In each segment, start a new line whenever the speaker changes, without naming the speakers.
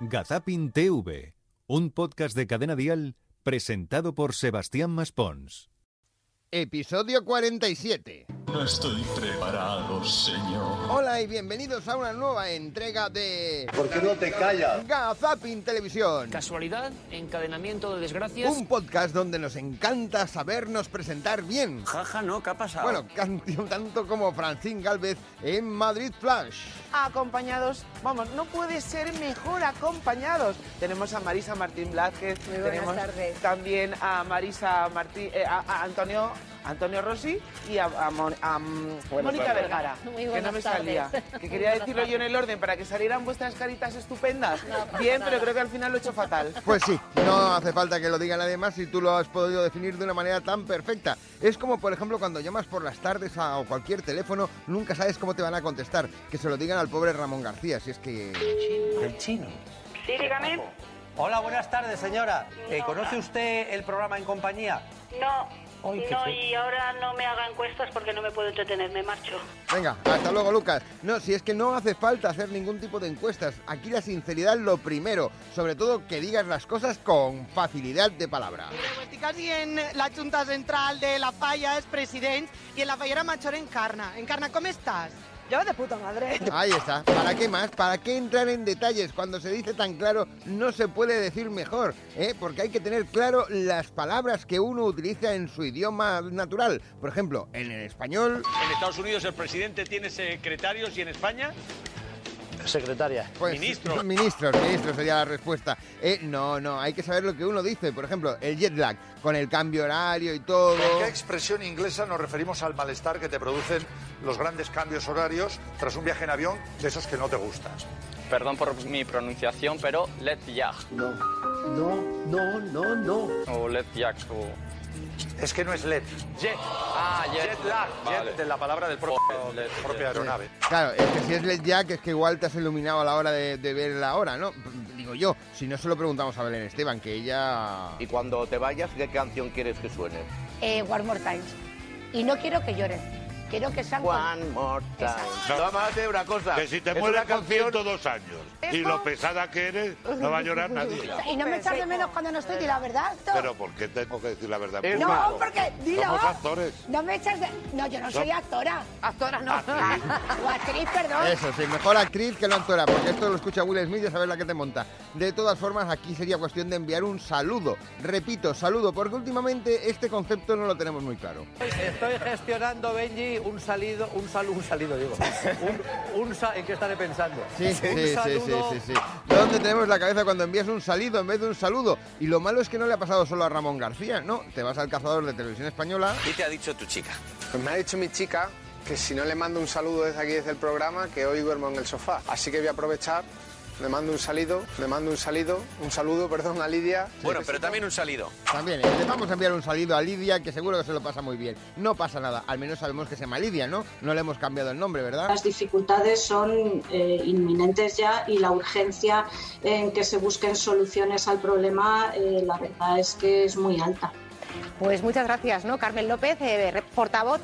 Gazapin TV, un podcast de cadena dial presentado por Sebastián Maspons.
Episodio 47.
No estoy preparado, señor.
Hola y bienvenidos a una nueva entrega de
¿Por qué no te callas?
Gazapin Televisión.
Casualidad, encadenamiento de desgracias.
Un podcast donde nos encanta sabernos presentar bien.
Jaja, no, ¿qué ha pasado?
Bueno, canción tanto como Francín Galvez en Madrid Flash.
acompañados, vamos, no puede ser mejor acompañados. Tenemos a Marisa Martín Blázquez,
Muy buenas
tenemos
tardes.
también a Marisa Martín, eh, a, a Antonio Antonio Rossi y a, a Mon- a, mm, Mónica
tardes.
Vergara,
Muy
que no
buenas
me salía,
tardes.
que
Muy
quería
buenas
decirlo yo en el orden para que salieran vuestras caritas estupendas. Bien, pero creo que al final lo he hecho fatal.
Pues sí, no hace falta que lo diga nadie más si tú lo has podido definir de una manera tan perfecta. Es como, por ejemplo, cuando llamas por las tardes a o cualquier teléfono, nunca sabes cómo te van a contestar. Que se lo digan al pobre Ramón García, si es que...
El chino.
Sí, dígame.
Hola, buenas tardes, señora. Eh,
No.
¿Conoce usted el programa En Compañía?
No,
Ay, qué
no,
fe-
y ahora no me haga encuestas porque no me puedo entretener, me marcho.
Venga, hasta luego, Lucas. No, si es que no hace falta hacer ningún tipo de encuestas. Aquí la sinceridad es lo primero. Sobre todo que digas las cosas con facilidad de palabra.
Pues casi en la Junta Central de La Falla es presidente y en la Fallera Mayor encarna. Encarna, ¿cómo estás?
Yo de puta madre.
Ahí está. ¿Para qué más? ¿Para qué entrar en detalles? Cuando se dice tan claro, no se puede decir mejor, ¿eh? Porque hay que tener claro las palabras que uno utiliza en su idioma natural. Por ejemplo, en el español,
En Estados Unidos el presidente tiene secretarios y en España
Secretaria.
Pues,
Ministro.
Ministros, ministros sería la respuesta. Eh, no, no, hay que saber lo que uno dice. Por ejemplo, el jet lag, con el cambio horario y todo.
¿Con qué expresión inglesa nos referimos al malestar que te producen los grandes cambios horarios tras un viaje en avión de esos que no te gustan?
Perdón por mi pronunciación, pero let yag.
No, no, no, no, no.
O let yag. O...
Es que no es LED. Jet.
Ah,
Jet, lag. Jet de la palabra del propio,
Joder,
de la propia aeronave.
Claro, es que si es LED Jack es que igual te has iluminado a la hora de, de ver la hora, ¿no? Digo yo, si no se lo preguntamos a Belén Esteban, que ella...
Y cuando te vayas, ¿qué canción quieres que suene?
Eh, one more time. Y no quiero que lloren. Quiero que sean...
One more time.
Esa.
No. Tómate una cosa.
Que si te
Es
muere
una canción-
con dos años y lo pesada que eres, no va a llorar nadie.
Y no me echas de menos cuando no estoy, di la verdad. Tom.
Pero ¿por qué tengo que decir la verdad?
Es
no,
malo.
porque dilo.
Somos actores.
No me echas de... No, yo no soy actora. Actora no. o actriz, perdón.
Eso sí, mejor actriz que no actora, porque esto lo escucha Will Smith y a saber la que te monta. De todas formas, aquí sería cuestión de enviar un saludo. Repito, saludo, porque últimamente este concepto no lo tenemos muy claro.
Estoy gestionando, Benji, un salido, un saludo, un salido, digo. Un, un sa- ¿En qué estaré pensando?
Sí, sí,
Un
sí, sí,
saludo-
sí, sí. ¿Dónde tenemos la cabeza cuando envías un salido en vez de un saludo? Y lo malo es que no le ha pasado solo a Ramón García, ¿no? Te vas al cazador de televisión española.
¿Qué te ha dicho tu chica?
Pues me ha dicho mi chica que si no le mando un saludo desde aquí, desde el programa, que hoy duermo en el sofá. Así que voy a aprovechar, le mando un salido, le mando un salido, un saludo, perdón, a Lidia.
Bueno, pero también un salido.
También, eh, le vamos a enviar un saludo a Lidia, que seguro que se lo pasa muy bien. No pasa nada, al menos sabemos que se llama Lidia, ¿no? No le hemos cambiado el nombre, ¿verdad?
Las dificultades son eh, inminentes ya y la urgencia en que se busquen soluciones al problema, eh, la verdad es que es muy alta.
Pues muchas gracias, ¿no? Carmen López, portavoz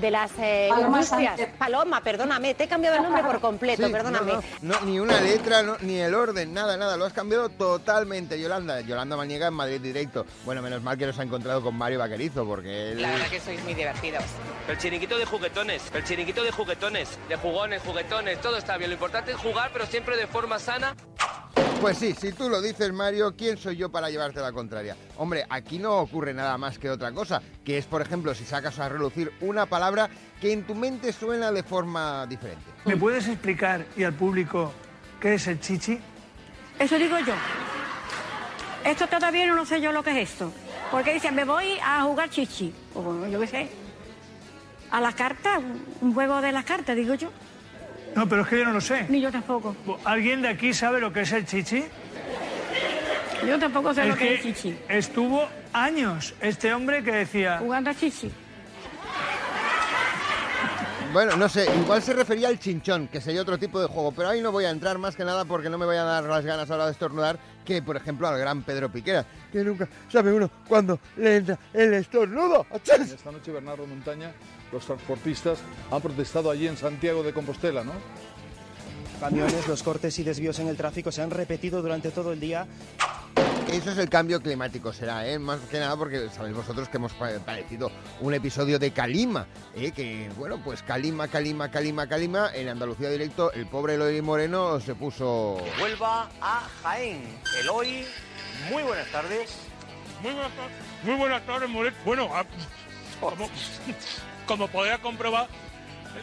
de las
Eh,
Paloma industrias. Sánchez.
Paloma, perdóname, te he cambiado el nombre por completo,
Sí, No, no, no, ni una letra, no, ni el orden, nada, nada. Lo has cambiado totalmente, Yolanda. Yolanda Maniega en Madrid directo. Bueno, menos mal que nos ha encontrado con Mario Vaquerizo, porque él...
que sois muy divertidos.
El chiringuito de juguetones, el chiringuito de juguetones, de jugones, juguetones, todo está bien. Lo importante es jugar, pero siempre de forma sana.
Pues sí, si tú lo dices, Mario, ¿quién soy yo para llevarte la contraria? Hombre, aquí no ocurre nada más que otra cosa, que es, por ejemplo, si sacas a relucir una palabra que en tu mente suena de forma diferente.
¿Me puedes explicar y al público qué es el chichi?
Eso digo yo. Esto todavía no sé yo lo que es esto. Porque dicen, me voy a jugar chichi. O bueno, yo qué sé. A las cartas, un juego de las cartas, digo yo.
No, pero es que yo no lo sé.
Ni yo tampoco.
Pues, ¿Alguien de aquí sabe lo que es el chichi?
Yo tampoco sé
es
lo que es chichi.
estuvo años este hombre que decía...
Jugando a chichi.
Bueno, no sé, igual se refería al chinchón, que sería otro tipo de juego, pero ahí no voy a entrar más que nada porque no me voy a dar las ganas ahora de estornudar que, por ejemplo, al gran Pedro Piquera, que nunca sabe uno cuándo le entra el estornudo. ¡Achas!
Esta noche Bernardo Montaña, los transportistas han protestado allí en Santiago de Compostela, ¿no?
camiones, los cortes y desvíos en el tráfico se han repetido durante todo el día.
Eso es el cambio climático, será, ¿eh? Más que nada porque sabéis vosotros que hemos pa- padecido un episodio de Calima, ¿eh? Que, bueno, pues Calima, Calima, Calima, Calima, en Andalucía directo, el pobre Eloy Moreno se puso...
Vuelva a Jaén. Eloy, muy buenas tardes.
Muy buenas tardes, muy buenas tardes, Moret. Bueno, a- como, como podrás comprobar,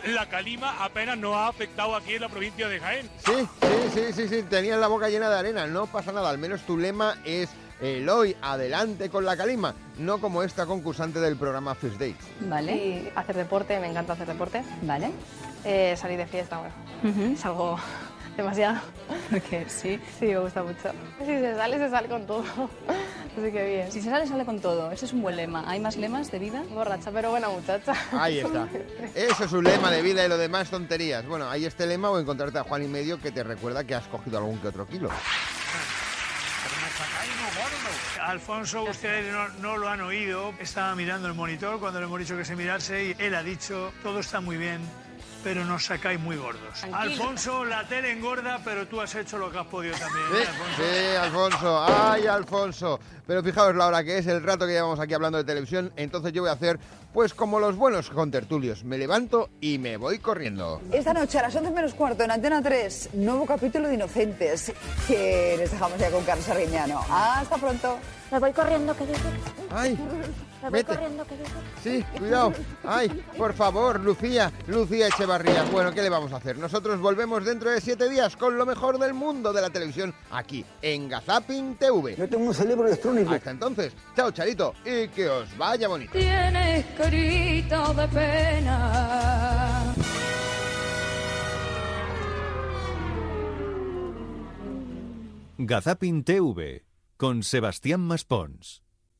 la calima apenas nos ha afectado aquí en la provincia de Jaén.
Sí, sí, sí, sí, sí, tenías la boca llena de arena, no pasa nada, al menos tu lema es Eloy, adelante con la Calima, no como esta concursante del programa First Date.
Vale. Y hacer deporte, me encanta hacer deporte.
Vale.
Eh, salir de fiesta, bueno, es algo demasiado.
Porque sí.
Sí, me gusta mucho. Si se sale, se sale con todo. Así que bien.
Si se sale, sale con todo. Ese es un buen lema. ¿Hay más lemas de vida?
Borracha, pero buena muchacha.
Ahí está. Eso es un lema de vida y lo demás tonterías. Bueno, hay este lema o encontrarte a Juan y medio que te recuerda que has cogido algún que otro kilo.
Alfonso, ustedes no, no lo han oído. Estaba mirando el monitor cuando le hemos dicho que se mirase y él ha dicho, todo está muy bien, pero nos sacáis muy gordos.
Tranquilo.
Alfonso, la tele engorda, pero tú has hecho lo que has podido también. ¿eh, Alfonso?
Sí, Alfonso, ay, Alfonso. Pero fijaos la hora que es, el rato que llevamos aquí hablando de televisión, entonces yo voy a hacer, pues como los buenos contertulios, me levanto y me voy corriendo.
Esta noche a las 11 menos cuarto en Antena 3, nuevo capítulo de Inocentes, que les dejamos ya con Carlos Arguiñano. Hasta pronto. Me voy corriendo, que
Ay,
Me
voy vete.
corriendo, que
Sí, cuidado. Ay, por favor, Lucía, Lucía Echevarría. Bueno, ¿qué le vamos a hacer? Nosotros volvemos dentro de siete días con lo mejor del mundo de la televisión aquí, en Gazapin TV. Yo tengo un cerebro electrónico. Hasta entonces, chao, Charito, y que os vaya bonito.
Tienes carita de pena.
Gazapin TV con Sebastián Maspons.